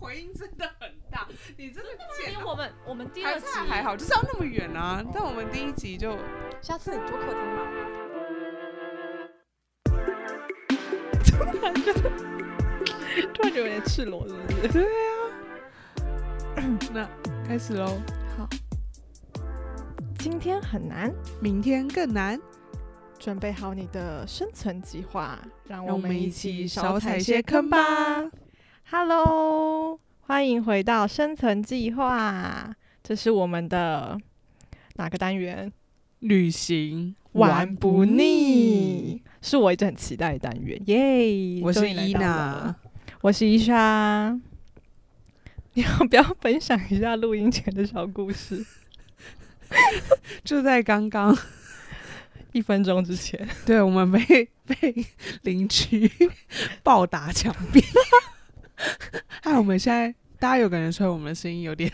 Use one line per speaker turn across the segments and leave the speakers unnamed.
回音真的很大，你真的 剪
因为
到
我们我们第
啊还
二集
差还好，就是要那么远啊。但我们第一集就
下次你坐客厅嘛。
突然觉得有点赤裸，是不是？
啊
那开始喽，
今天很难，
明天更难，
准备好你的生存计划，让
让
我
我
们
们
一
一
起
起
少
少
踩
踩
些
些
坑
坑
吧
吧。
Hello，欢迎回到生存计划，这是我们的哪个单元？
旅行
玩不腻，，是我一直很期待的单元，耶！
我
终
是
于来
伊
到
娜
了，，我是伊莎。 你要不要分享一下录音前的小故事？
就在刚刚，
一分钟之前。
对我们被被邻居暴打墙壁， 哎，我们现在大家有感觉出来我们的声音有点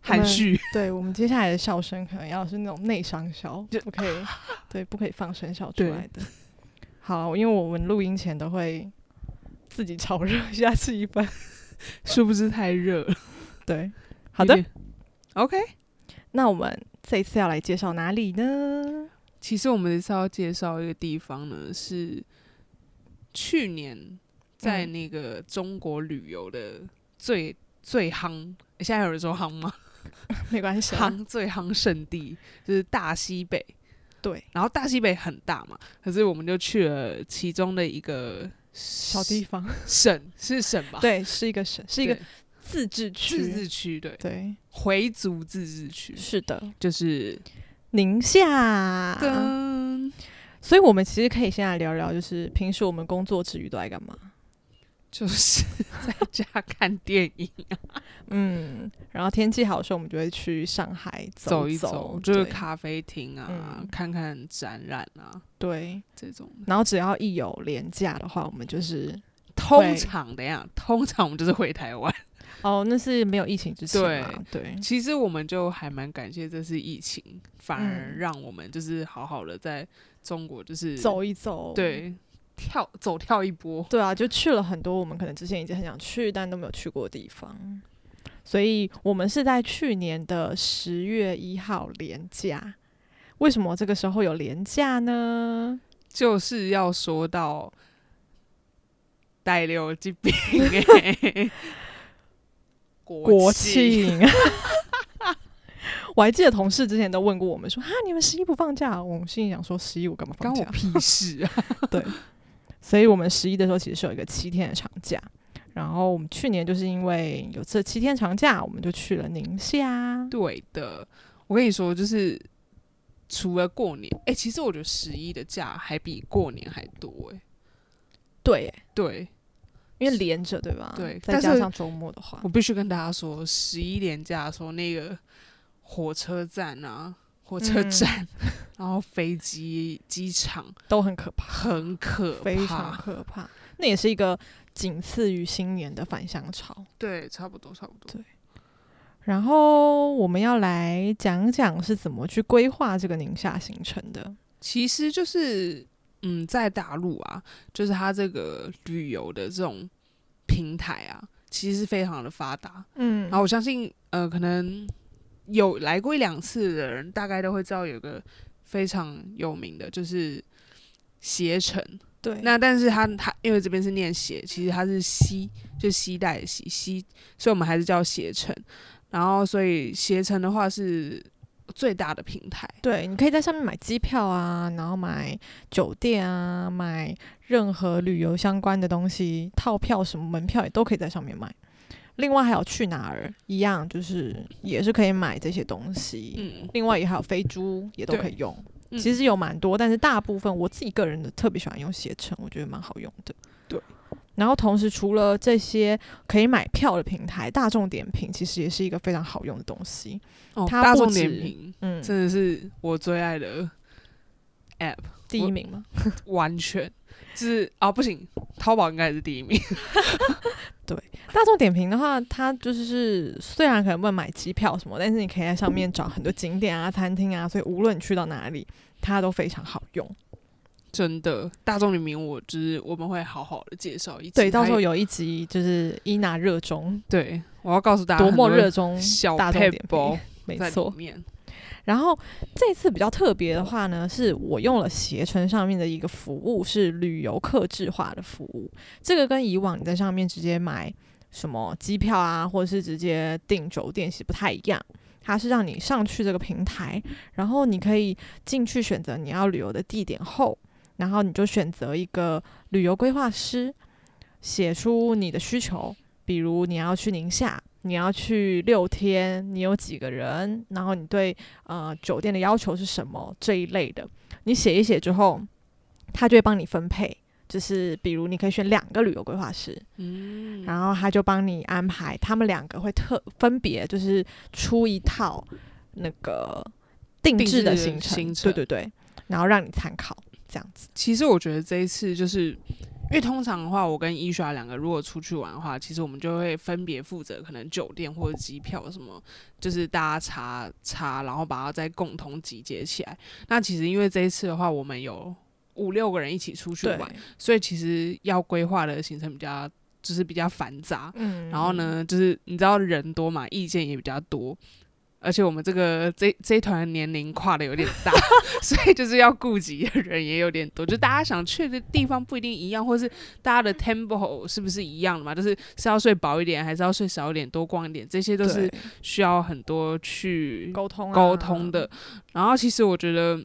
含蓄，
对我们接下来的笑声可能要是那种内伤笑，就不可以，对，不可以放声笑出
对
来的。好，因为我们录音前都会自己炒热一下气氛。
殊不知太热了。
对，好的
有，点，OK。
那我们这一次要来介绍哪里呢？
其实我们这次要介绍一个地方呢，是去年在那个中国旅游的最、最夯，现在有人说夯吗？
没关系啊啦，
夯最夯圣地就是大西北，
对，
然后大西北很大嘛，可是我们就去了其中的一个
小地方，
省，是省吧？，
对，是一个省，是一个
对
自治区，
自治区，对，
对，
回族自治区，
是啊的，
就是
宁夏。
噔，
所以，我们其实可以先来聊聊，就是平时我们工作之余都在干嘛。
就是 在家看电影。
嗯，然后天气好的时候，我们就会去上海
走
一
一
走
走，，就是
对
咖啡厅啊，
嗯
看看展览啊
对。
这种的。
然后只要一有廉价的话，我们就是
通常的呀，通常我们就是回台湾。
哦，那是没有疫情之前嘛，对
其实我们就还蛮感谢这次疫情，反而
嗯
让我们就是好好的在中国就是
走一走，
对跳走跳一波。
对啊，就去了很多我们可能之前一直很想去但都没有去过的地方。所以我们是在去年的十月一号廉价。为什么这个时候有廉价呢？
就是要说到带六疾 病、欸，
国
庆
庆。 我还记得同事之前都问过我们说：“哈，你们十一不放假？”我们心里想说：“十一我干嘛
关
放
我
假
屁事啊！？”
所以我们十一的时候其实是有一个七天的长假。然后我们去年就是因为有这七天长假，我们就去了宁夏。
对的，我跟你说，就是除了过年，哎、其实我觉得十一的假还比过年还多、哎，
对耶，
对
因为连着对吧？
对
再
但
加
是
上周末的话
我，必须跟大家说，十一连假的时候，那个火车站啊，火车
嗯
站，然后飞机、机场
都很可怕，
很可怕，
非常可怕。那也是一个仅次于新年的返乡潮。
对，差不多，差不多。
然后我们要来讲讲是怎么去规划这个宁夏行程的。
其实就是，嗯，在大陆啊，就是它这个旅游的这种平台啊，其实是非常的发达。
嗯
然后我相信，呃，可能有来过一两次的人，大概都会知道有一个非常有名的，就是携程。
对，
那但是它它因为这边是念携，其实它是西，就西带的西西，所以我们还是叫携程。然后所以携程的话是最大的平台，
对，你可以在上面买机票啊，然后买酒店啊，买任何旅游相关的东西，套票什么门票也都可以在上面买。另外还有去哪儿一样，就是也是可以买这些东西。
嗯，
另外也还有飞猪也都
对
可以用，
嗯
其实有蛮多，但是大部分我自己个人的特别喜欢用携程，我觉得蛮好用的。
对，
然后同时除了这些可以买票的平台，大众点评其实也是一个非常好用的东西。
哦，
它
大
不
众点
止
评
嗯，
真的是我最爱的 app，
第一名吗？
完全就是啊、不行，淘宝应该也是第一名。
大众点评的话，它就是虽然可能不能买机票什么，但是你可以在上面找很多景点啊、餐厅啊，所以无论你去到哪里，它都非常好用。
真的，大众点名我就是我们会好好的介绍一集。
对，到时候
还
有一集就是伊娜热衷，
对我要告诉大家
多么
很多
热衷
小
大众
p
点
e
评
b，
没
在里
错。
面。
然后这次比较特别的话呢，是我用了携程上面的一个服务，是旅游客制化的服务。这个跟以往你在上面直接买什么机票啊，或者是直接订酒店，其实不太一样。它是让你上去这个平台，然后你可以进去选择你要旅游的地点后，然后你就选择一个旅游规划师，写出你的需求，比如你要去宁夏，你要去六天，你有几个人，然后你对呃酒店的要求是什么这一类的，你写一写之后，他就会帮你分配。就是比如你可以选两个旅游规划师，
嗯，
然后他就帮你安排，他们两个会特分别就是出一套那个定
定
制的
制
行程，
行
对
程
对对，然后让你参考这样子。
其实我觉得这一次就是。因为通常的话，我跟伊莎两个如果出去玩的话，其实我们就会分别负责可能酒店或者机票什么，就是大家查查，然后把它再共同集结起来。那其实因为这一次的话，我们有五六个人一起出去
对，
玩，所以其实要规划的行程比较就是比较繁杂。
嗯
然后？呢，就是你知道人多嘛，意见也比较多，而且我们这个这这一团年龄跨的有点大， 所以就是要顾及的人也有点多，就大家想去的地方不一定一样，或是大家的 tempo 是不是一样的嘛？就是是要睡饱一点，还是要睡少一点，多逛一点，这些都是
对
需要很多去
沟通啊
沟通的。，然后其实我觉得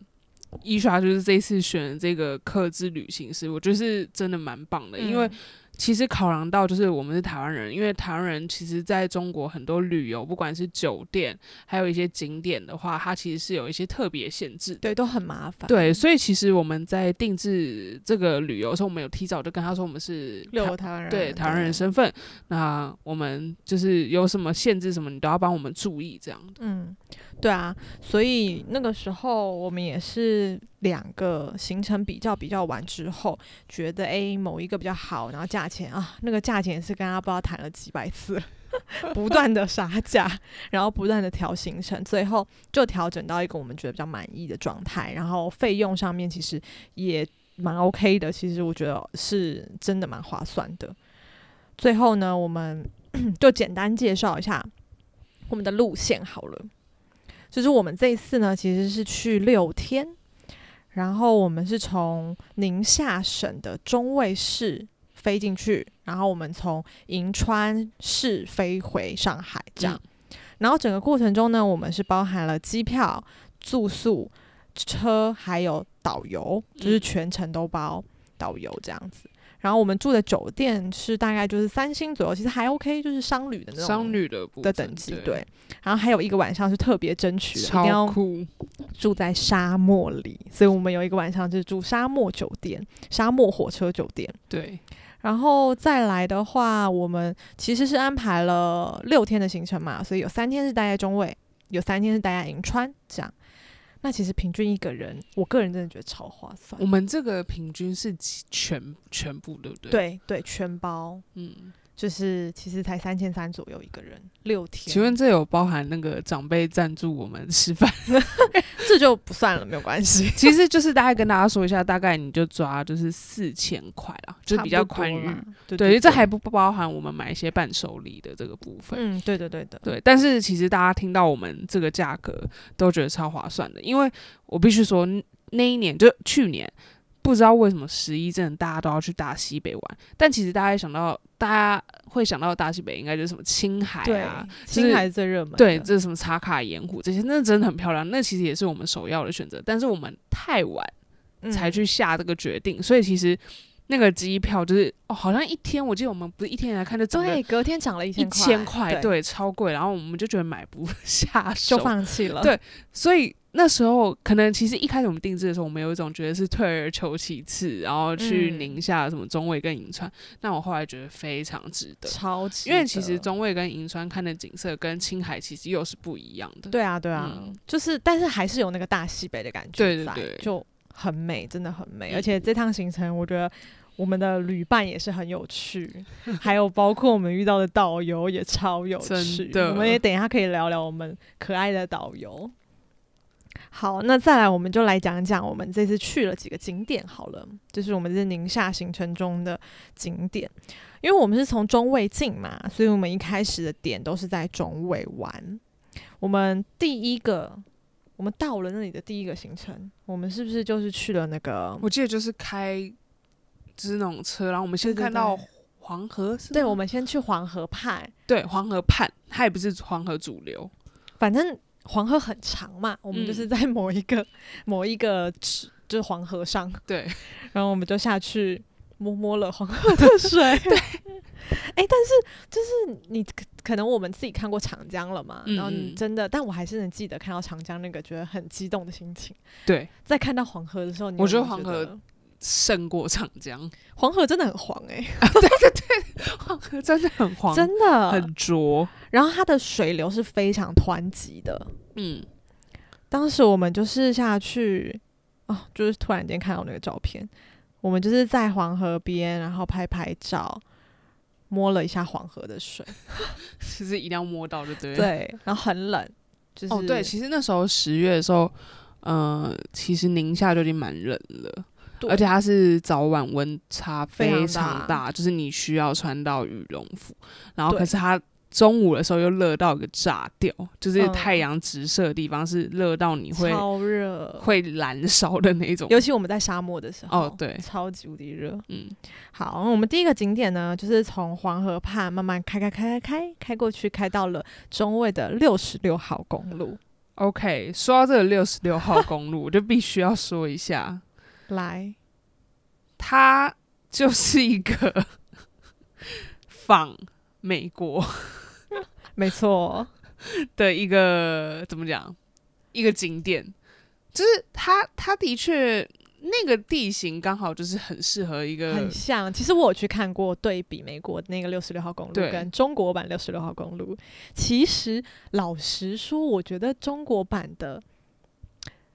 伊莎就是这一次选的这个克制旅行师，我觉得是真的蛮棒的，因为
嗯
其实考量到就是我们是台湾人，因为台湾人其实在中国很多旅游，不管是酒店，还有一些景点的话，它其实是有一些特别限制的。
对都很麻烦。
对，所以其实我们在定制这个旅游的时候，我们有提早就跟他说我们是
六
台
个台湾人，
对台湾人身份，那我们就是有什么限制什么，你都要帮我们注意这样。
嗯，对啊，所以那个时候我们也是两个行程比较比较完之后，觉得诶某一个比较好，然后价钱啊，那个价钱也是跟他不知道谈了几百次 了，不断的杀价，然后不断的调行程，最后就调整到一个我们觉得比较满意的状态，然后费用上面其实也蛮 OK 的，其实我觉得是真的蛮划算的。最后呢，我们 就简单介绍一下我们的路线好了。就是我们这一次呢，其实是去六天，然后我们是从宁夏省的中卫市飞进去，然后我们从银川市飞回上海，这样。然后整个过程中呢，我们是包含了机票、住宿、车，还有导游，就是
嗯
全程都包导游这样子。然后我们住的酒店是大概就是三星左右，其实还 OK，就是商旅的那种
商旅的部
的
分
等级，对。然后还有一个晚上是特别争取的，一定
超
要
酷，
住在沙漠里，所以我们有一个晚上就是住沙漠酒店、沙漠火车酒店。
对，
然后再来的话，我们其实是安排了六天的行程嘛，所以有三天是待在中卫，有三天是待在银川，这样。那其实平均一个人，我个人真的觉得超划算
我。们这个平均是几全全部，对不对？，
对对，全包
嗯。
就是其实才三千三左右一个人，六天。
请问这有包含那个长辈赞助我们吃饭？
这就不算了，没有关系。
其实就是大概跟大家说一下，大概你就抓就是四千块啦， 就比较宽裕
差不。多啦。对
对，因为这还不包含我们买一些伴手礼的这个部分。
嗯，对对对的，
对，但是其实大家听到我们这个价格都觉得超划算的，因为我必须说那一年就去年，不知道为什么十一真的大家都要去大西北玩，但其实大家想到大家会想到大西北应该就是什么青海啊，就是
青海是最热门的，
对，这是什么茶卡盐湖这些，那真的很漂亮，那其实也是我们首要的选择，但是我们太晚
嗯
才去下这个决定，所以其实那个机票就是哦，好像一天，我记得我们不是一天来看就整个
对，隔天涨了一
一千
千
块，，对，超贵，然后我们就觉得买不 下手
就，放弃了，
对所以那时候可能其实一开始我们定制的时候，我们有一种觉得是退而求其次，然后去
嗯
宁夏什么中卫跟银川，那我后来觉得非常值得，
超级，
因为其实。中卫跟银川看的景色跟青海其实又是不一样的。
对啊，对啊，
嗯
就是，但是还是有那个大西北的感觉
对对
在
对
就很美，真的很美。
嗯
而且这趟行程，我觉得我们的旅伴也是很有 趣，还有包括我们遇到的导游也超有
真
趣。
的
我们也等一下可以聊聊我们可爱的导游。好，那再来我们就来讲讲我们这次去了几个景点好了，就是我们这宁夏行程中的景点，因为我们是从中卫进嘛，所以我们一开始的点都是在中卫玩。我们第一个，我们到了那里的第一个行程，我们是不是就是去了那个？
我记得就是开就是那种车，然后我们先
对对
看到
对
黄河是吗，
对，我们先去黄河畔，
对黄河畔，它也不是黄河主流，
反正黄河很长嘛，我们就是
嗯
在某一个、 某一个池，就是黄河上，
对，
然后我们就下去摸摸了黄河的 水。对， 哎、但是就是你可可能我们自己看过长江了嘛，然后
嗯
你
嗯
真的，但我还是能记得看到长江那个觉得很激动的心情。
对，
在看到黄河的时候，你
我
有
觉得
没有
黄河
得
胜过长江，
黄河真的很黄哎、
黄河真的很黄，
真的。
很浊，
然后它的水流是非常湍急的，
嗯，
当时我们就是下去，哦，就是突然间看到那个照片，我们就是在黄河边，然后拍拍照，摸了一下黄河的水，
就是一定要摸到，对不对？
对，然后很冷，就是
哦，对，其实那时候十月的时候，呃，其实宁夏就已经蛮冷了，
对
而且它是早晚温差
非常
非常大，就是你需要穿到羽绒服，然后
对
可是它中午的时候又热到一个炸掉，就是
嗯
太阳直射的地方是热到你会
超热，
会燃烧的那种，
尤其我们在沙漠的时候，
哦对
超级无敌热。
嗯，
好，我们第一个景点呢，就是从黄河畔慢慢开开开开开开过去，开到了中卫的六十六号公路。
OK，说到这个六十六号公路，我就必须要说一下，
来，
它就是一个仿美国
没错，
的一个怎么讲，一个景点，就是它它的确那个地形刚好就是很适合一个
很像。其实我有去看过对比美国那个六十六号公路
对
跟中国版六十六号公路。其实老实说，我觉得中国版的，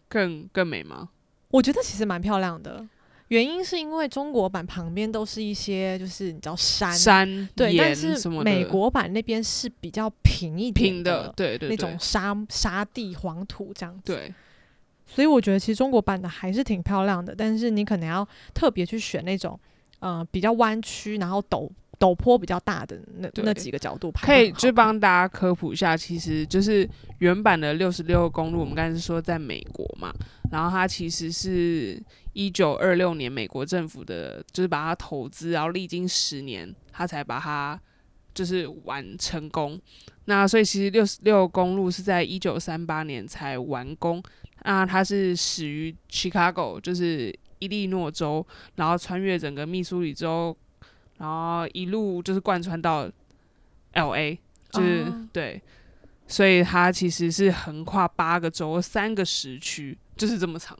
更更美吗？
我觉得其实蛮漂亮的。原因是因为中国版旁边都是一些就是你知道山，
山
对，但
岩
是
什么的
美国版那边是比较平一点
平的，对对对
那种沙沙地黄土这样子。
对
所以我觉得其实中国版的还是挺漂亮的，但是你可能要特别去选那种，呃，比较弯曲，然后陡陡坡比较大的那
对
那几个角度拍，
可以就帮大家科普一下，其实就是原版的六十六公路，我们刚才是说在美国嘛，然后它其实是一九二六年美国政府的，就是把它投资，然后历经十年，它才把它就是完成功。那所以其实六十六公路是在一九三八年才完工，那它是始于 Chicago，就是伊利诺州，然后穿越整个密苏里州，然后一路就是贯穿到 L A，就是、
哦
对，所以它其实是横跨八个州、三个时区，就是这么长，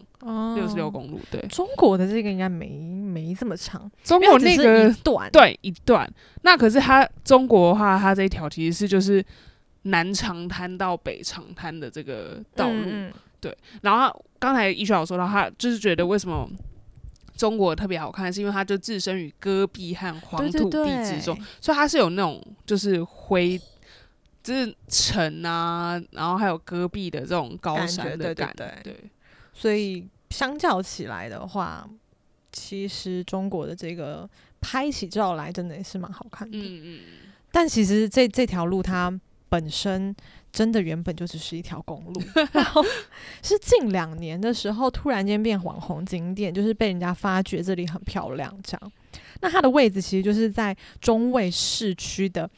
六十六
公。
公路。对，
哦中国的这个应该没没这么长，
中
因为
国
它
那
只是
个
一段，嗯
对一段，那可是它中国的话，它这一条其实是就是南长滩到北长滩的这个道路，
嗯嗯
然后他刚才一雪有说到，他就是觉得为什么中国特别好看，是因为它就置身于戈壁和黄
对对
土地
对
之中，所以它是有那种就是灰，就是城啊，然后还有戈壁的这种高
感
山
觉
的
对对
感，
对
对
所以相较起来的话，其实中国的这个拍起照来真的也是蛮好看的。
嗯嗯，
但其实这这条路它本身真的原本就只是一条公 路，然后是近两年的时候突然间变网红景点，就是被人家发觉这里很漂亮这样。那它的位置其实就是在中卫市区的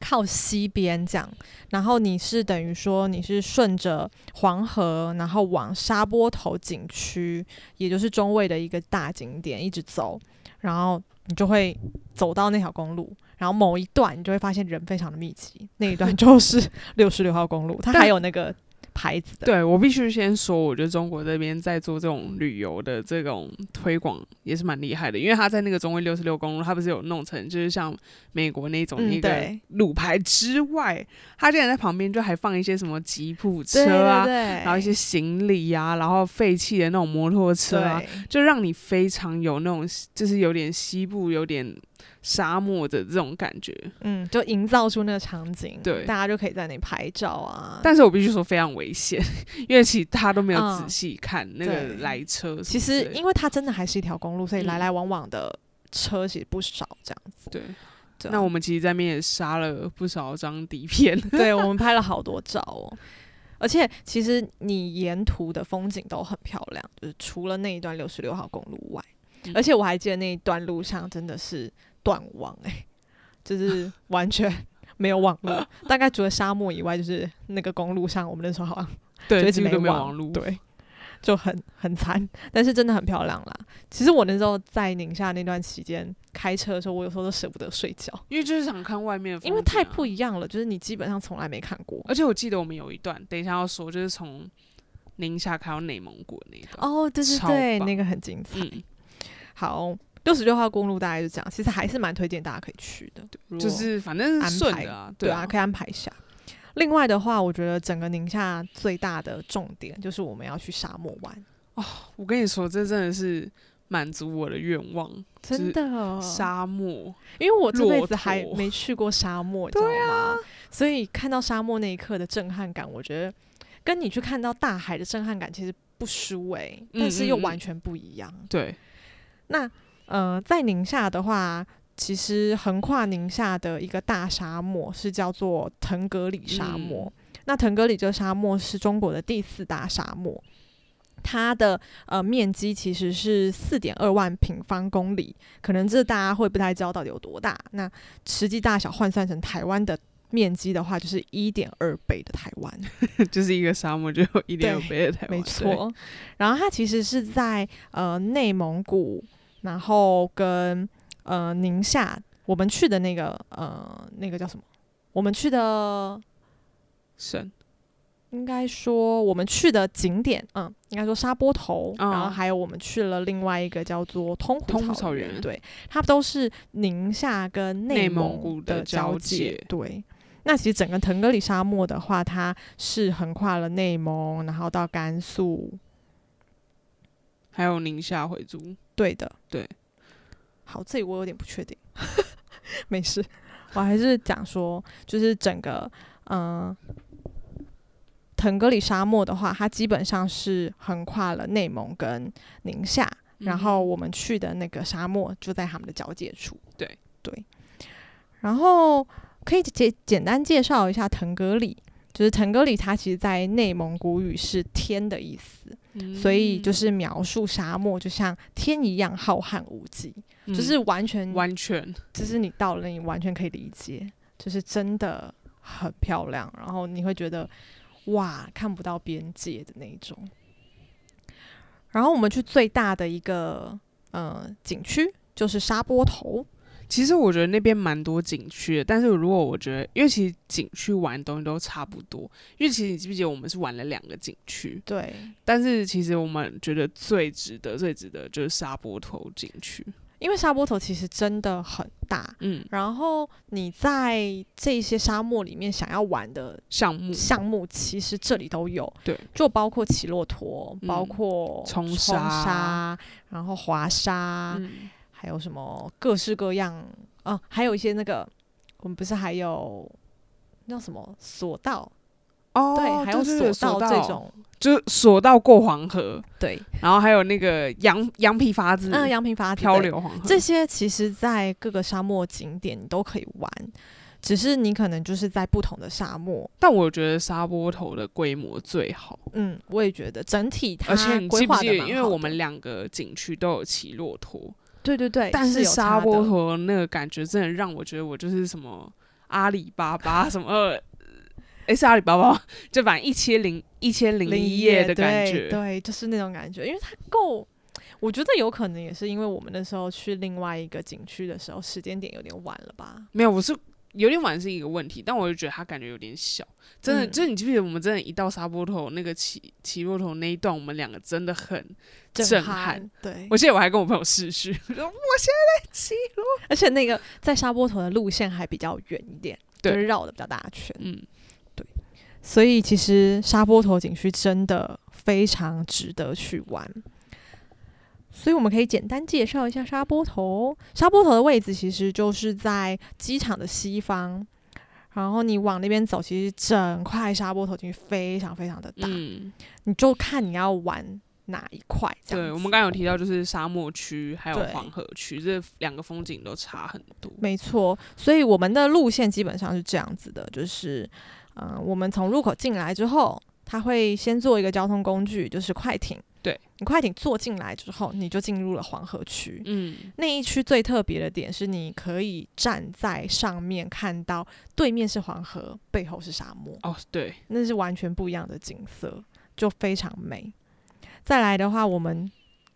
靠西边这样，然后你是等于说你是顺着黄河，然后往沙坡头景区，也就是中卫的一个大景点一直走，然后你就会走到那条公路，然后某一段你就会发现人非常的密集，那一段 就是六十六号公路，它
但
还有那个牌子的，
对我必须先说，我觉得中国这边在做这种旅游的这种推广也是蛮厉害的，因为他在那个中卫六十六公路，他不是有弄成就是像美国那种
嗯
那个
对
路牌之外，他竟然在旁边就还放一些什么吉普车
对
啊，
对对
然后一些行李啊，然后废弃的那种摩托车啊，
对
就让你非常有那种就是有点西部有点沙漠的这种感觉。
嗯，就营造出那个场景，
对
大家就可以在那里拍照啊。
但是我必须说非常危险， 因为其实大家都没有
嗯
仔细看那个
对
来车什么之类的。
其实因为它真的还是一条公路，所以
嗯
来来往往的车其实不少，这样子。
对，
对啊
那我们其实在那边也杀了不少张底片。
对我们拍了好多照哦。而且其实你沿途的风景都很漂亮，就是除了那一段六十六号公路外，
嗯
而且我还记得那一段路上真的是断网哎、 就是完全没有网 络，大概除了沙漠以外，就是那个公路上，我们那时候好像就
对，
一
几
直
乎
没
都没有
网
网路。
对，就很很惨，但是真的很漂亮啦。其实我那时候在宁夏那段期间开车的时候，我有时候都舍不得睡觉，
因为就是想看外面的风景啊、呃
因为太不一样了，就是你基本上从来没看过。
而且我记得我们有一段，等一下要说，就是从宁夏开到内蒙古那一段。
哦，对对
超
对，
棒
那个很精彩。
嗯，
好，六十六号公路大概就这样，其实还是蛮推荐大家可以去的，如
就
果
是反正
安
是顺
排
的啊，
对
啊
啊，，可以安排一下。另外的话，我觉得整个宁夏最大的重点就是我们要去沙漠玩，
我跟你说，这真的是满足我的愿望。
真的，哦
沙漠，
因为我这辈
骆
子还
驼啊
没去过沙漠，你知道吗？所以看到沙漠那一刻的震撼感，我觉得跟你去看到大海的震撼感其实不输诶、
嗯
但是又
嗯嗯
完全不一样。
对，
那呃，在宁夏的话，其实横跨宁夏的一个大沙漠是叫做腾格里沙漠。那腾格里这沙漠是中国的第四大沙漠，它的呃面积其实是四点二万平方公里，可能这大家会不太知道到底有多大。那实际大小换算成台湾的面积的话，就是一点二倍的台湾。
就是一个沙漠就有一点
对
有北的台湾，
没
对，
错。然后它其实是在呃内蒙古，然后跟呃宁夏，我们去的那个呃那个叫什么？我们去的
深
应该说我们去的景点，嗯，应该说沙坡头，
哦
然后还有我们去了另外一个叫做通湖
通湖
草
草
原，
原
对，它都是宁夏跟内
内蒙
蒙
古
的
的交
界
界，
对。那其实整个腾格里沙漠的话，它是横跨了内蒙，然后到甘肃，
还有宁夏回族，
对的，
对。
好，这里我有点不确定， 没事，我还是讲说，就是整个嗯、呃腾格里沙漠的话，它基本上是横跨了内蒙跟宁夏，
嗯
然后我们去的那个沙漠就在他们的交界处。
对
对，然后可以简简单介绍一下腾格里。就是腾格里，它其实，在内蒙古语是“天”的意思，
嗯
所以就是描述沙漠就像天一样浩瀚无际，
嗯
就是完全，
完全
就是你到了，你完全可以理解，就是真的很漂亮，然后你会觉得哇，看不到边界的那一种。然后我们去最大的一个呃景区，就是沙坡头，
其实我觉得那边蛮多景区的，但是如果我觉得，因为其实景区玩的东西都差不多，因为其实你记不记得我们是玩了两个景区，
对，
但是其实我们觉得最值得、最值得就是沙坡头景区，
因为沙坡头其实真的很大。
嗯，
然后你在这些沙漠里面想要玩的
项目
项目其实这里都有，
嗯对，
就包括骑骆驼，
嗯
包括
冲
沙，
沙
然后滑沙，
嗯
还有什么各式各样啊、还有一些那个我们不是还有那叫什么索道，
哦，
对，还有
对对
道这，种，
就是索道过黄河，
对，
然后还有那个羊羊皮筏子，
嗯，阳平筏子
漂
对
流黄河，
这些其实，在各个沙漠景点你都可以玩。只是你可能就是在不同的沙漠，
但我觉得沙坡头的规模最好。
嗯，我也觉得整体它
而且你
规
记不
划
记
的
得，
蛮
因为
好
我
的
们两个景区都有骑骆驼，
对对对，
但
是
是
有差
沙坡
的
头那个感觉真的让我觉得我就是什么阿里巴巴什么，呃诶是阿里巴巴吗，就反正一千零一千零
零
一
一
夜
夜
的感觉。
对，就是那种感觉，因为它够。我觉得有可能也是因为我们那时候去另外一个景区的时候，时间点有点晚了吧？
没有，我是有点晚是一个问题，但我就觉得它感觉有点小，真的。
嗯
就是你记不记得我们真的，一到沙坡头那个骑骑骆驼那一段，我们两个真的很，震撼
对
我，记得我还跟我朋友试试，我说
而且那个在沙坡头的路线还比较远一点，就
对
是绕的比较大圈，
嗯，
所以其实沙坡头景区真的非常值得去玩。所以我们可以简单介绍一下沙波头。沙波头的位置其实就是在机场的西方，然后你往那边走，其实整块沙波头景非常非常的大，
嗯，
你就看你要玩哪一块这样
对，
子。
我们刚刚有提到就是沙漠区还有
对
黄河区，这两个风景都差很多。
没错，所以我们的路线基本上是这样子的，就是，嗯、我们从入口进来之后，它会先做一个交通工具，就是快艇。
对，
你快艇坐进来之后，你就进入了黄河区。
嗯，
那一区最特别的点是，你可以站在上面看到对面是黄河，背后是沙漠，
哦，对，
那是完全不一样的景色，就非常美。再来的话，我们，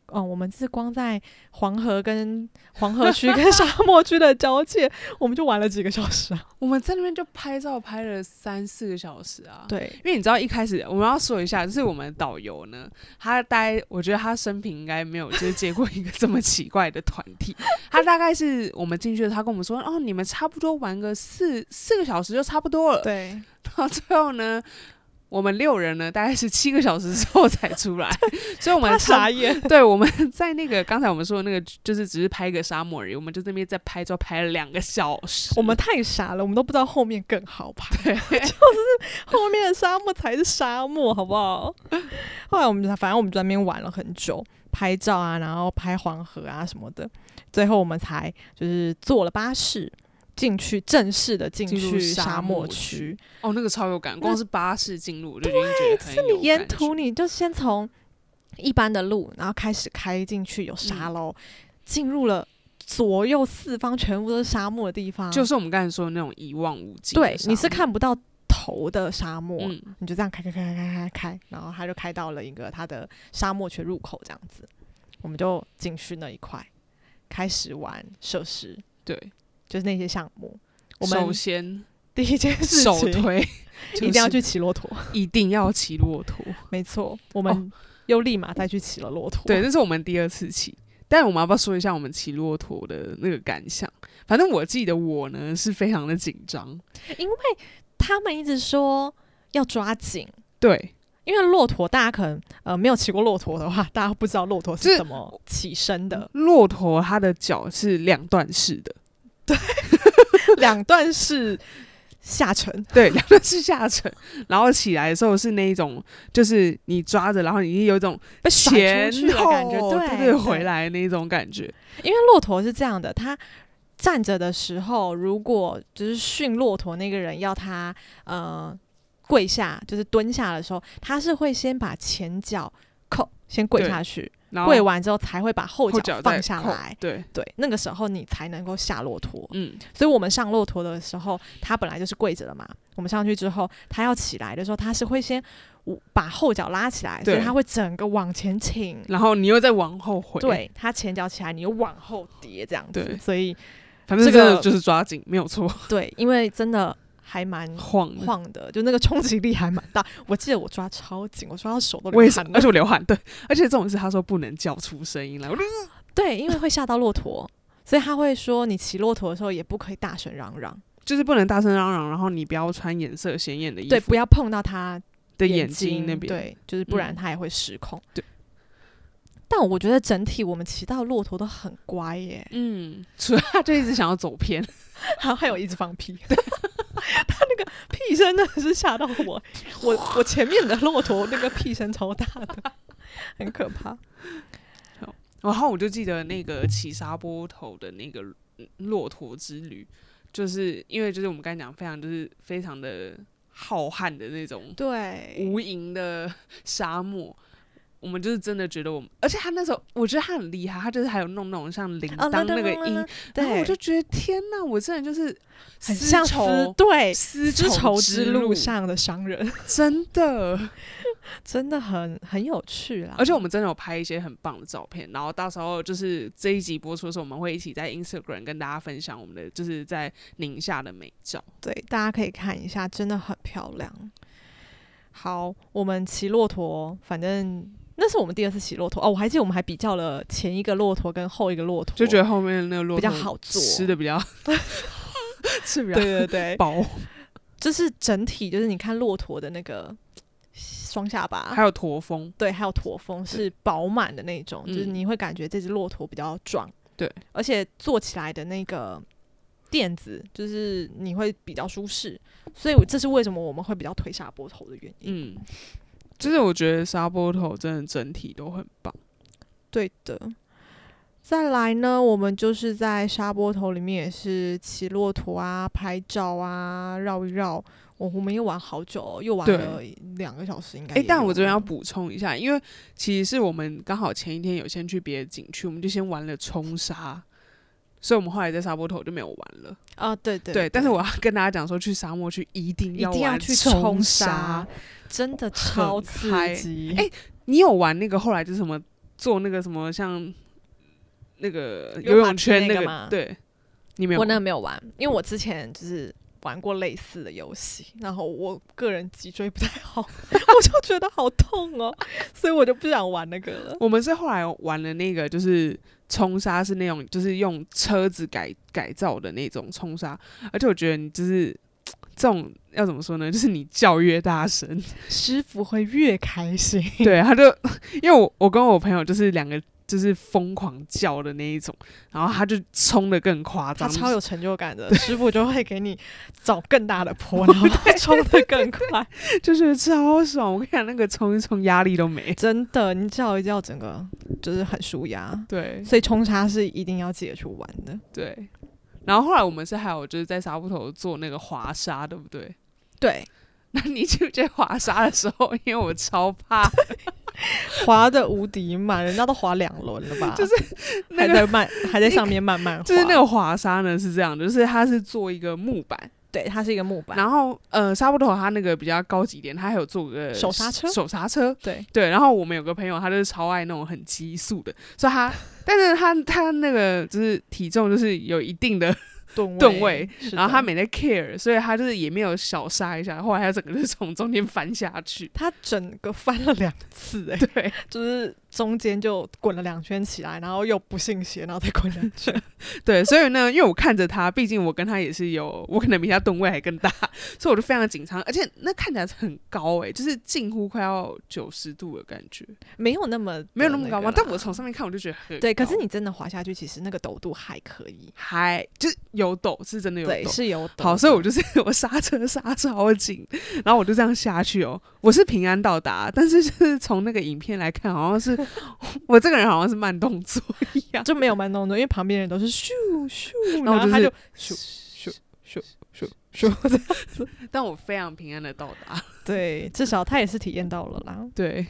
哦，我们是光在黄河跟黄河区跟沙漠区的交界， 我们就玩了几个小时啊。
我们在那边就拍照拍了三四个小时啊。
对，
因为你知道一开始我们要说一下，就是我们导游呢，他大概我觉得他生平应该没有就是接过一个这么奇怪的团体。 他大概是我们进去的，他跟我们说，哦，你们差不多玩个四四个小时就差不多了。
对，
到最后呢，我们六人呢大概是七个小时之后才出 来，所以我们
他
差
傻眼。
对，我们在那个刚才我们说的那个，就是只是拍个沙漠而已，我们就在那边在拍照拍了两个小时。
我们太傻了，我们都不知道后面更好拍， 就是后面的沙漠才是沙漠，好不好？ 后来我们就反正我们就在那边玩了很久，拍照啊，然后拍黄河啊什么的，最后我们才就是坐了巴士进去，正式的进
进入
去
沙
沙
漠
漠
区
区。
哦，那个超有感，光
那
是巴士进入我就已经觉得很
是
有
你沿
感觉
途你就先从一般的路，然后开始开进去有沙
嗯
漏，进、入了左右四方全部都是沙漠的地方，
就是我们刚才说的那种一望无际的
对，
沙漠。
你是看不到头的沙漠，
嗯，
你就这样开开开开开开开，然后它就开到了一个它的沙漠区入口这样子，我们就进去那一块开始玩设施，
对。
就是那些项目。我
首
们
先
第一件事
首
情
推
一定要
就是
去骑 骆驼，
一定要骑骆驼。哦
没错，我们又立马再去骑了骆驼。
对，那是我们第二次骑。但我们要不要说一下我们骑骆驼的那个感想？反正我记得我呢是非常的紧张，
他们一直说要抓紧。
对，
因为骆驼，大家可能呃没有骑过骆驼的话，大家不知道骆驼
就是，
是怎么起身的
骆驼它的脚是两段式的，
两段是下沉，
对，两段式下沉，然后起来的时候是那一种，就是你抓着，然后你有一种
被甩
前
出去的感觉，
后对
对，
回来那一种感觉，
因为骆驼是这样的，它站着的时候，如果就是训骆驼那个人要它呃跪下，就是蹲下的时候，他是会先把前脚扣，先跪
对
下去，
然后
跪完之后才会把后
后脚再
脚放下
扣
来。
对，
对，那个时候你才能够下骆驼。
嗯，
所以我们上骆驼的时候，它本来就是跪着的嘛。我们上去之后，它要起来的时候，它是会先把后脚拉起来，所以
对
它会整个往前倾。
然后你又再往后回，，
对，它前脚起来，你又往后跌这样
对
子。所以
反正
这
真的
个
就是抓紧，没有错，
对，因为真的还蛮
晃的。
嗯晃的，就那个冲击力还蛮大。我记得我抓超紧，我抓到手都
我也
流
是
汗，
而
了。
且我流汗，对，而且这种是他说不能叫出声音来，我就
对，因为会吓到骆驼，所以他会说你骑骆驼的时候也不可以大声嚷嚷，
就是不能大声嚷嚷，然后你不要穿颜色鲜艳的衣服，
对，不要碰到它
的
眼
眼睛那边，，
对，就是不然
嗯
它也会失控。
对。
但我觉得整体我们骑到骆驼都很乖耶，
嗯，所以他就一直想要走偏，
然后还有一直放屁， 他那个屁声真的是吓到我，我我前面的骆驼那个屁声超大的，很可怕。
然后我就记得那个骑沙坡头的那个嗯骆驼之旅，就是因为就是我们刚才讲非常就是非常的浩瀚的那种
对，
无垠的 沙漠。我们就是真的觉得我们，而且他那时候我觉得他很厉害，他就是还有弄那种像铃铛嗯那个音，，然后
哦对，
我就觉得天哪，我真的就是
很
丝
像丝
绸
对
丝
丝绸之
路
路，上的 商人，
真的，
真的很很有趣啦。
而且我们真的有拍一些很棒的照片，然后到时候就是这一集播出的时候，我们会一起在 Instagram 跟大家分享我们的就是在宁夏的美照。
对，大家可以看一下，真的很漂亮。好，我们骑骆驼，反正那是我们第二次骑骆驼哦。我还记得我们还比较了前一个骆驼跟后一个骆驼，
就觉得后面那个骆
比
驼
较好做
吃的比较 吃比较
对对对，
饱，
就是整体就是你看骆驼的那个双下巴，
还有驼峰，
对，还有驼峰是饱满的那种，就是
嗯
你会感觉这只骆驼比较壮，
对，
而且坐起来的那个垫子就是你会比较舒适，所以我这是为什么我们会比较推下坡头的原因。
嗯，就是我觉得沙坡头真的整体都很棒，
对的。再来呢，我们就是在沙坡头里面也是骑骆驼啊、拍照啊、绕一绕。我我们又玩好久、哦，又玩
对
了两个小时，应该
哎、
也有。
但我这边要补充一下，因为其实是我们刚好前一天有先去别的景区，我们就先玩了冲沙，所以我们后来在沙坡头就没有玩了。
啊，对对
对，但是我要跟大家讲说，去沙漠去一定
一定
玩
要去
冲
冲沙。，真的超刺
嗨
激。
哎你有玩那个后来就是什么做那个什么像那个
溜
游
滑
泳
梯
圈
那个
个？
吗
对，你没有
我
玩？
那个没有玩，因为我之前就是玩过类似的游戏，然后我个人脊椎不太好， 我就觉得好痛哦，所以我就不想玩那个了。
我们是后来玩了那个，就是冲沙是那种，就是用车子改改造的那种冲沙，而且我觉得你就是这种要怎么说呢？就是你叫越大声，
师傅会越开心。
对，他就因为我我跟我朋友就是两个就是疯狂叫的那一种，然后他就冲的更夸
他
张，
超有成就感的，师傅就会给你找更大的 坡，然后冲得更快。
就是超爽。我跟你讲，那个冲一冲压力都没。
真的，你叫一叫，整个就是很舒压。
对
所以冲沙是一定要记得去玩的。
对，然后后来我们是还有就是在沙坡头做那个滑沙，对不对？
对，
那你记不记得滑沙的时候？因为我超 怕
滑的无敌慢，人家都滑两轮了吧？就是
那
还
个，
在 慢，还在上面慢慢滑。
就是那个滑沙呢是这样，就是它是做一个木板，
对，它是一个木板。
然后呃沙坡头它那个比较高级一点，它还有做个
手刹车
手刹车。
对，
对，然后我们有个朋友，他就是超爱那种很激素的，所以他， 但是他他那个就是体重就是有一定的，
吨位
吨位
是的
然后他没在 care，所以他就是也没有小刹一下，后来他整个就是从中间翻下去。
他整个翻了两次、 哎，
对，
就是中间就滚了两圈起来，然后又不信邪，然后再滚两圈。
对，所以呢，因为我看着他，毕竟我跟他也是有，我可能比他吨位还更大，所以我就非常紧张，而且那看起来是很高诶、就是近乎快要九十度的感觉，
没有那么
没有那么高
高
吗
吗？？
但我从上面看我就觉得很
对，可是
高
你真的滑下去，其实那个陡度还可以，
还就是有抖，是真的有
对，
抖。
是有陡。
好，所以我就是 我刹车刹超紧，然后我就这样下去哦。我是平安到达，但是就是从那个影片来看，好像是 我这个人好像是慢动作一样。
就没有慢动作，因为旁边人都是咻咻，
然后
然后他
就
就是咻咻咻咻咻这样。
但我非常平安的到达，
对，至少他也是体验到了啦。
对，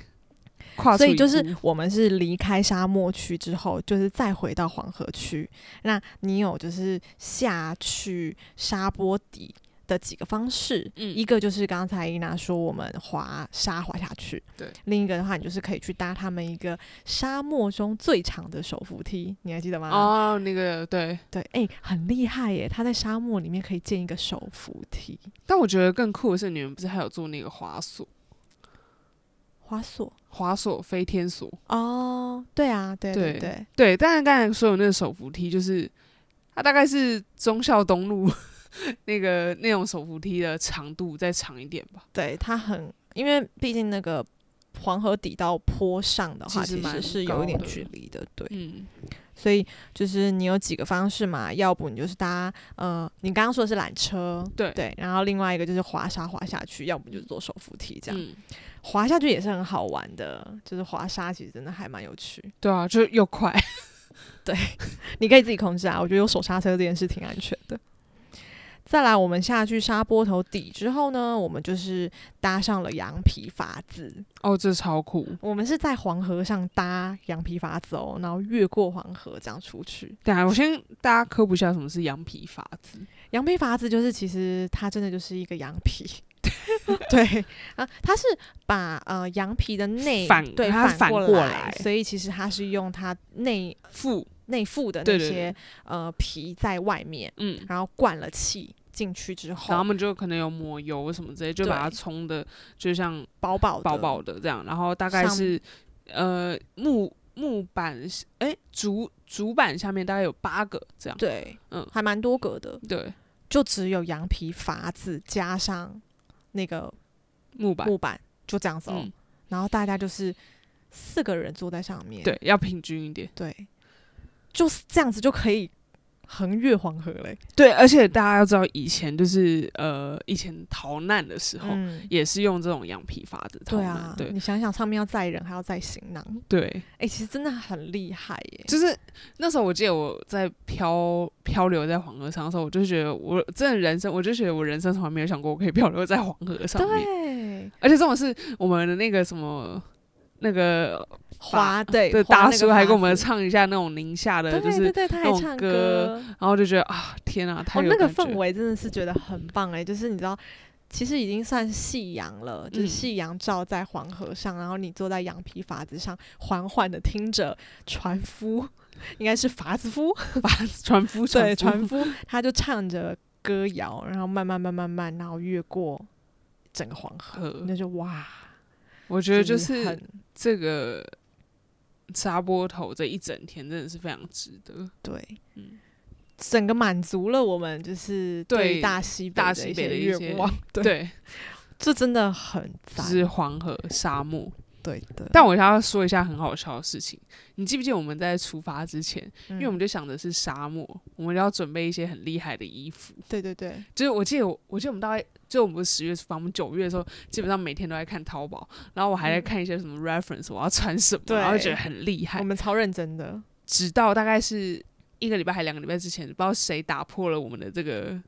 跨
所
出
以
一
就是
步
我们是离开沙漠区之后，就是再回到黄河区。那你有就是下去沙坡底的几个方式，
嗯
一个就是刚才伊娜说我们滑沙滑下去，
对
另一个的话，你就是可以去搭他们一个沙漠中最长的手扶梯，你还记得吗？
哦，那个对，
对，哎、很厉害耶！他在沙漠里面可以建一个手扶梯，
但我觉得更酷的是，你们不是还有做那个滑索、
滑索。
滑索、飞天索？
哦，对啊，对
对
对对，
对，但是刚才说有那个手扶梯，就是它大概是忠孝东路 那个那种手扶梯的长度再长一点吧。
对，它很，因为毕竟那个黄河底到坡上的话，
其实
其
蛮
实是有一点
高的
距离的，对。
嗯，
所以就是你有几个方式嘛，要不你就是搭呃，你刚刚说的是缆车，
对
对，然后另外一个就是滑沙滑下去，要不你就是坐手扶梯这样，
嗯，
滑下去也是很好玩的，就是滑沙其实真的还蛮有趣，
对啊，就是又快。
你可以自己控制啊。我觉得有手刹车这件事挺安全的。再来，我们下去沙坡头底之后呢，我们就是搭上了羊皮筏子。
哦，这超酷！
我们是在黄河上搭羊皮筏子哦，然后越过黄河这样出去。
等一下我先大家科普一下什么是羊皮筏子。
羊皮筏子就是，其实它真的就是一个羊皮， 对啊，它是把呃羊皮的内
反
对
它
反
反
过
过来
来，所以其实它是用它内
负，
内附的
对
那
对
些呃皮在外面，
嗯，
然后灌了气进去之后，
然后他们就可能有抹油什么之类，就把它
对
冲的，就像
薄薄的
薄薄的这样，然后大概
上
是呃木木板是，哎、竹竹板下面大概有八个这样，
对，
嗯
嗯，还蛮多格的，
对，
就只有羊皮筏子加上那个
木板，
木板，就这样子哦。
嗯，
然后大家就是四个人坐在上面，
对，要平均一点。
对，就是这样子就可以横越黄河嘞。
对，而且大家要知道，以前就是呃，以前逃难的时候。
嗯，
也是用这种羊皮筏子逃
对
难，
啊，
对
你想想上面要载人还要载行囊，
对，
哎、其实真的很厉害耶。
就是那时候我记得我在漂漂流在黄河上的时候，我就觉得我真的人生，我就觉得我人生从来没有想过我可以漂流在黄河上面，
对，
而且这种是我们的那个什么。那个
华对
对
华那
达
个
叔还
法
给我们
子
唱一下那种宁夏的，
对
就是
对对，他还
那种
唱
歌
歌
然后就觉得啊，天啊，太
哦，
有
那个
感觉
氛围真的是觉得很棒哎、就是你知道，其实已经算夕阳了，就是
嗯
夕阳照在黄河上，然后你坐在羊皮筏子上，缓缓的听着船夫，应该是筏子夫，
船夫船
对，船夫，他就唱着歌谣，然后慢慢慢慢慢，然后越过整个黄河，
河，
那就哇，
呃我觉得就
就是
是
很
这个沙坡头这一整天真的是非常值得。
对，
嗯
整个满足了我们就是对于
对
大西
大
的
西
一
北的一些
愿望，对，
对，
这真的很
就
赞，
是黄河沙漠。
对的。
但我想要说一下很好笑的事情，你记不记得我们在出发之前，
因
因为我们就想的是沙漠，我们要准备一些很厉害的衣服。
嗯对对对，
就是我记得我，我记得我们大概，就我们不是十月出发，我们九月的时候，基本上每天都在看淘宝，然后我还在看一些什么 reference，我要穿什么，
嗯对
然后觉得很厉害
我。们超认真 的，
直到大概是一个礼拜还两个礼拜之前，不知道谁打破了我们的这个，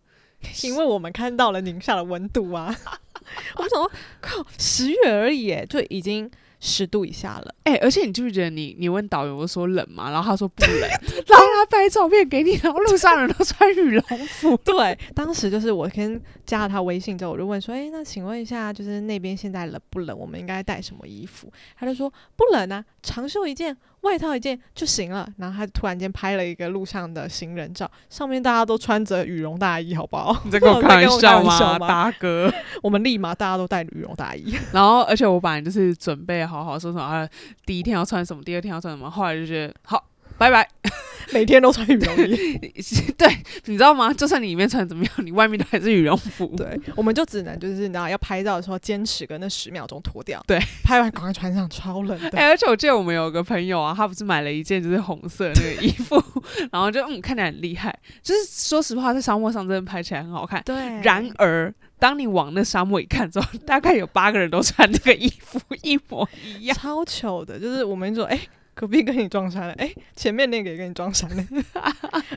因为我们看到了宁夏的温度啊。 我们想说，靠，十月而已耶，就已经十度以下了。，
哎、而且你记不记得你你问导游我说冷吗？然后他说不冷， 然后他拍照片给你，然后路上人都穿羽绒服
对，当时就是我先加了他微信之后，我就问说，哎、那请问一下，就是那边现在冷不冷？我们应该带什么衣服？他就说不冷啊，长袖一件，外套一件就行了。然后他突然间拍了一个路上的行人照，上面大家都穿着羽绒大衣，好不好？
你在跟我
我在
开玩
跟我
笑
开玩
吗，
笑吗
大哥？
我们立马大家都带羽绒大衣。
然后，而且我本来就是准备好好说什么，啊、第一天要穿什么，第二天要穿什么，后来就觉得好，拜拜。
每天都穿羽绒衣。
对，你知道吗？就算你里面穿怎么样，你外面都还是羽绒服。
对，我们就只能就是你知道要拍照的时候坚持个那十秒钟脱掉，
对，
拍完赶快穿上，超冷的。
哎、而且我记得我们有个朋友啊，他不是买了一件就是红色的那个衣服， 然后就嗯看起来很厉害，就是说实话，在沙漠上真的拍起来很好看。
对
然而，当你往那沙漠一看之后，大概有八个人都穿那个衣服一模一 样。
超糗的，就是我们就说哎。隔壁跟你撞衫了，哎、前面那个也跟你撞衫 了，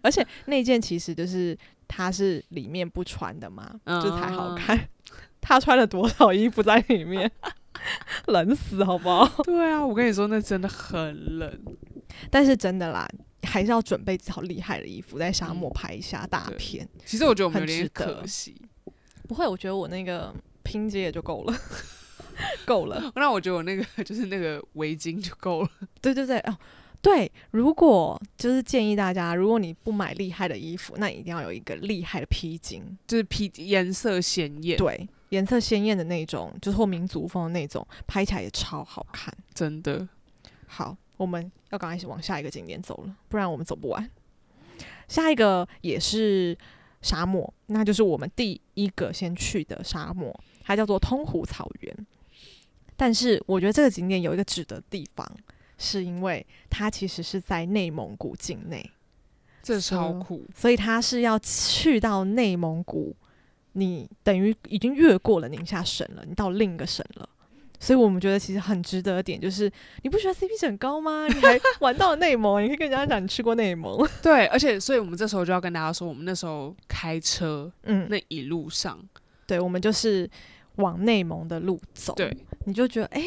而且那件其实就是它是里面不穿的嘛，
嗯
就才好看。他穿了多少衣服在里面， 冷死好 不好？
对啊，我跟你说，那真的很冷。
但是真的啦，还是要准备好厉害的衣服，在沙漠拍一下大
嗯对
片。
其实我觉得我们有
很
点
值得
可惜。
不会，我觉得我那个拼接也就够了， 够了。
那我觉得我那个就是那个围巾就够了。
对对对，哦，对，如果就是建议大家，如果你不买厉害的衣服，那你一定要有一个厉害的披巾，
就是披颜色鲜艳，
对，颜色鲜艳的那种，就是或民族风的那种，拍起来也超好看。
真的
好，我们要赶快往下一个景点走了，不然我们走不完。下一个也是沙漠，那就是我们第一个先去的沙漠，它叫做通湖草原。但是我觉得这个景点有一个值得的地方，是因为它其实是在内蒙古境内，
这
是
超
吗
酷。
所以它是要去到内蒙古，你等于已经越过了宁夏省了，你到另一个省了。所以我们觉得其实很值得的点就是，你不觉得 CP 值很高吗？你还玩到了内蒙，你 可以跟人家讲你去过内蒙。
对，而且所以我们这时候就要跟大家说，我们那时候开车
嗯，
那一路上，
对，我们就是往内蒙的路走，
对，
你就觉得哎、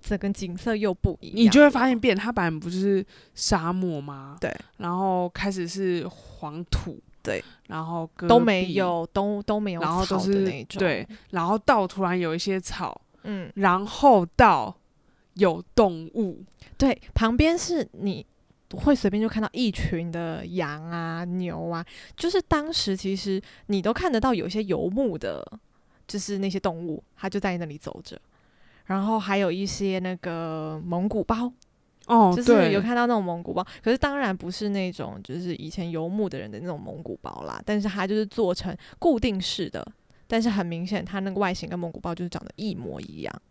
整个景色又不一样，
你就会发现，变，它本来不就是沙漠吗？
对，
然后开始是黄土，
对，
然后戈
都没
壁，
有都都没有
然后
草
都
的
是
那种，
对，然后到突然有一些草，
嗯，
然后到有动物，
对，旁边是你会随便就看到一群的羊啊、牛啊，就是当时其实你都看得到有一些游牧的，就是那些动物，它就在那里走着。然后还有一些那个蒙古包，
哦，
就是
对
有看到那种蒙古包，可是当然不是那种就是以前游牧的人的那种蒙古包啦，但是它就是做成固定式的，但是很明显它那个外形跟蒙古包就是长得一模一样，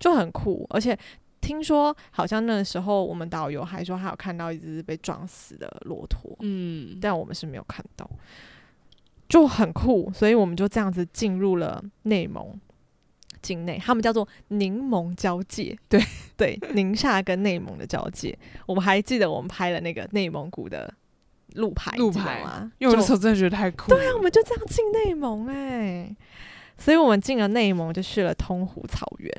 就很酷。而且听说好像那时候我们导游还说他有看到一只被撞死的骆驼，
嗯，
但我们是没有看到，就很酷，所以我们就这样子进入了内蒙境内，他们叫做宁蒙交界，对对，宁夏跟内蒙的交界。我们还记得我们拍了那个内蒙古的路牌，
路
你知道
牌
吗？
因为我那
就
时候真的觉得太酷了。对啊
我们就这样进内蒙哎、所以我们进了内蒙，就去了通湖草原。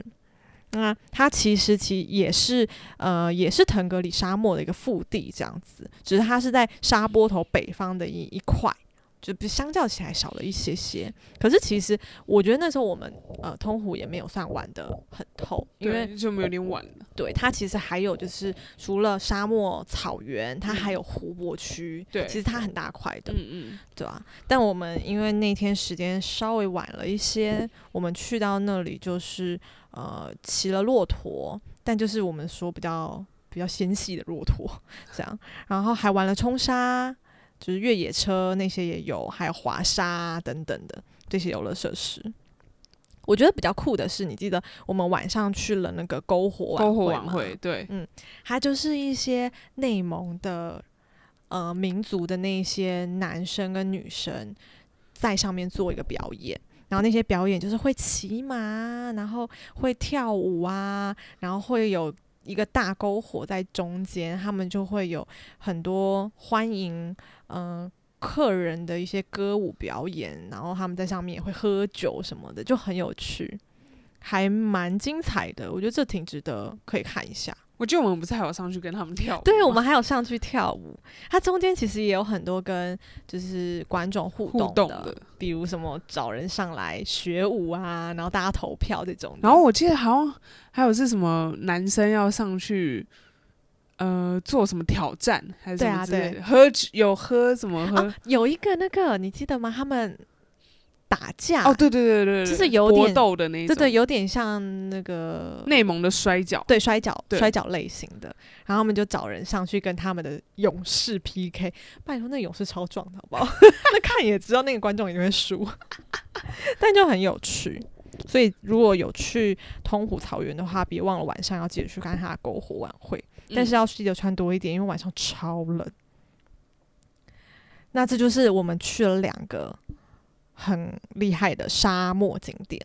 那它其实其也是呃也是腾格里沙漠的一个腹地这样子，只是它是在沙坡头北方的一一块，就比相较起来少了一些些。可是其实我觉得那时候我们呃通湖也没有算玩的很透，因为
就我们有点晚了。
对它其实还有就是除了沙漠草原，它还有湖泊区，
对
其实它很大块的。
嗯
对啊，但我们因为那天时间稍微晚了一些，我们去到那里就是呃骑了骆驼，但就是我们说比较比较纤细的骆驼这样，然后还玩了冲沙，就是越野车那些也有，还有滑沙等等的这些游乐设施。我觉得比较酷的是，你记得我们晚上去了那个篝火
嗯，篝火晚
吗
会，对，
它就是一些内蒙的呃民族的那些男生跟女生在上面做一个表演。然后那些表演就是会骑马，然后会跳舞啊，然后会有一个大篝火在中间，他们就会有很多欢迎嗯、呃客人的一些歌舞表演，然后他们在上面也会喝酒什么的，就很有趣，还蛮精彩的。我觉得这挺值得可以看一下。
我记得我们不是还有上去跟他们跳舞吗？
对，我们还有上去跳舞，它中间其实也有很多跟就是观众互
互
动
动
的，
的。
比如什么找人上来学舞啊，然后大家投票这种的。啊
然后我记得好像还有是什么男生要上去，呃，做什么挑战还是什么之
对啊
类的，喝酒有喝什么喝？
啊，有一个那个你记得吗？他们打架
哦，对对对对对，
就是
对
有
搏
点
斗的那一
对
种，
对，有点像那个
内蒙的摔跤，
对摔跤
对
摔跤类型的，然后他们就找人上去跟他们的勇士 PK。拜托，那勇士超壮的好不好？那看也知道那个观众一定会输， 但就很有趣。所以如果有去通湖草原的话，别忘了晚上要记得去看他的篝火晚会，但是
嗯
要记得穿多一点，因为晚上超冷。那这就是我们去了两个很厉害的沙漠景点。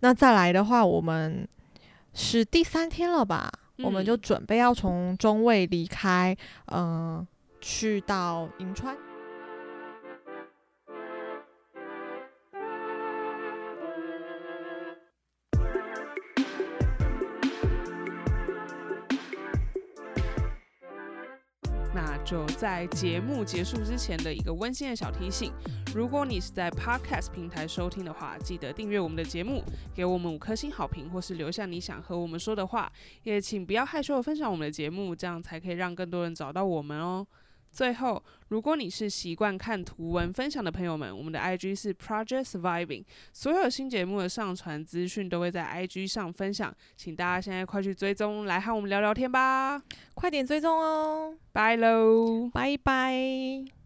那再来的话，我们是第三天了吧？我们就
嗯
准备要从中卫离开，嗯、去到银川。
那就在节目结束之前的一个温馨的小提醒：如果你是在 Podcast 平台收听的话，记得订阅我们的节目，给我们五颗星好评，或是留下你想和我们说的话。也请不要害羞的分享我们的节目，这样才可以让更多人找到我们哦。最后，如果你是习惯看图文分享的朋友们，我们的 IG 是 Project Surviving，所有新节目的上传资讯都会在 IG 上分享，请大家现在快去追踪，来和我们聊聊天吧，
快点追踪哦，
拜喽。
拜拜。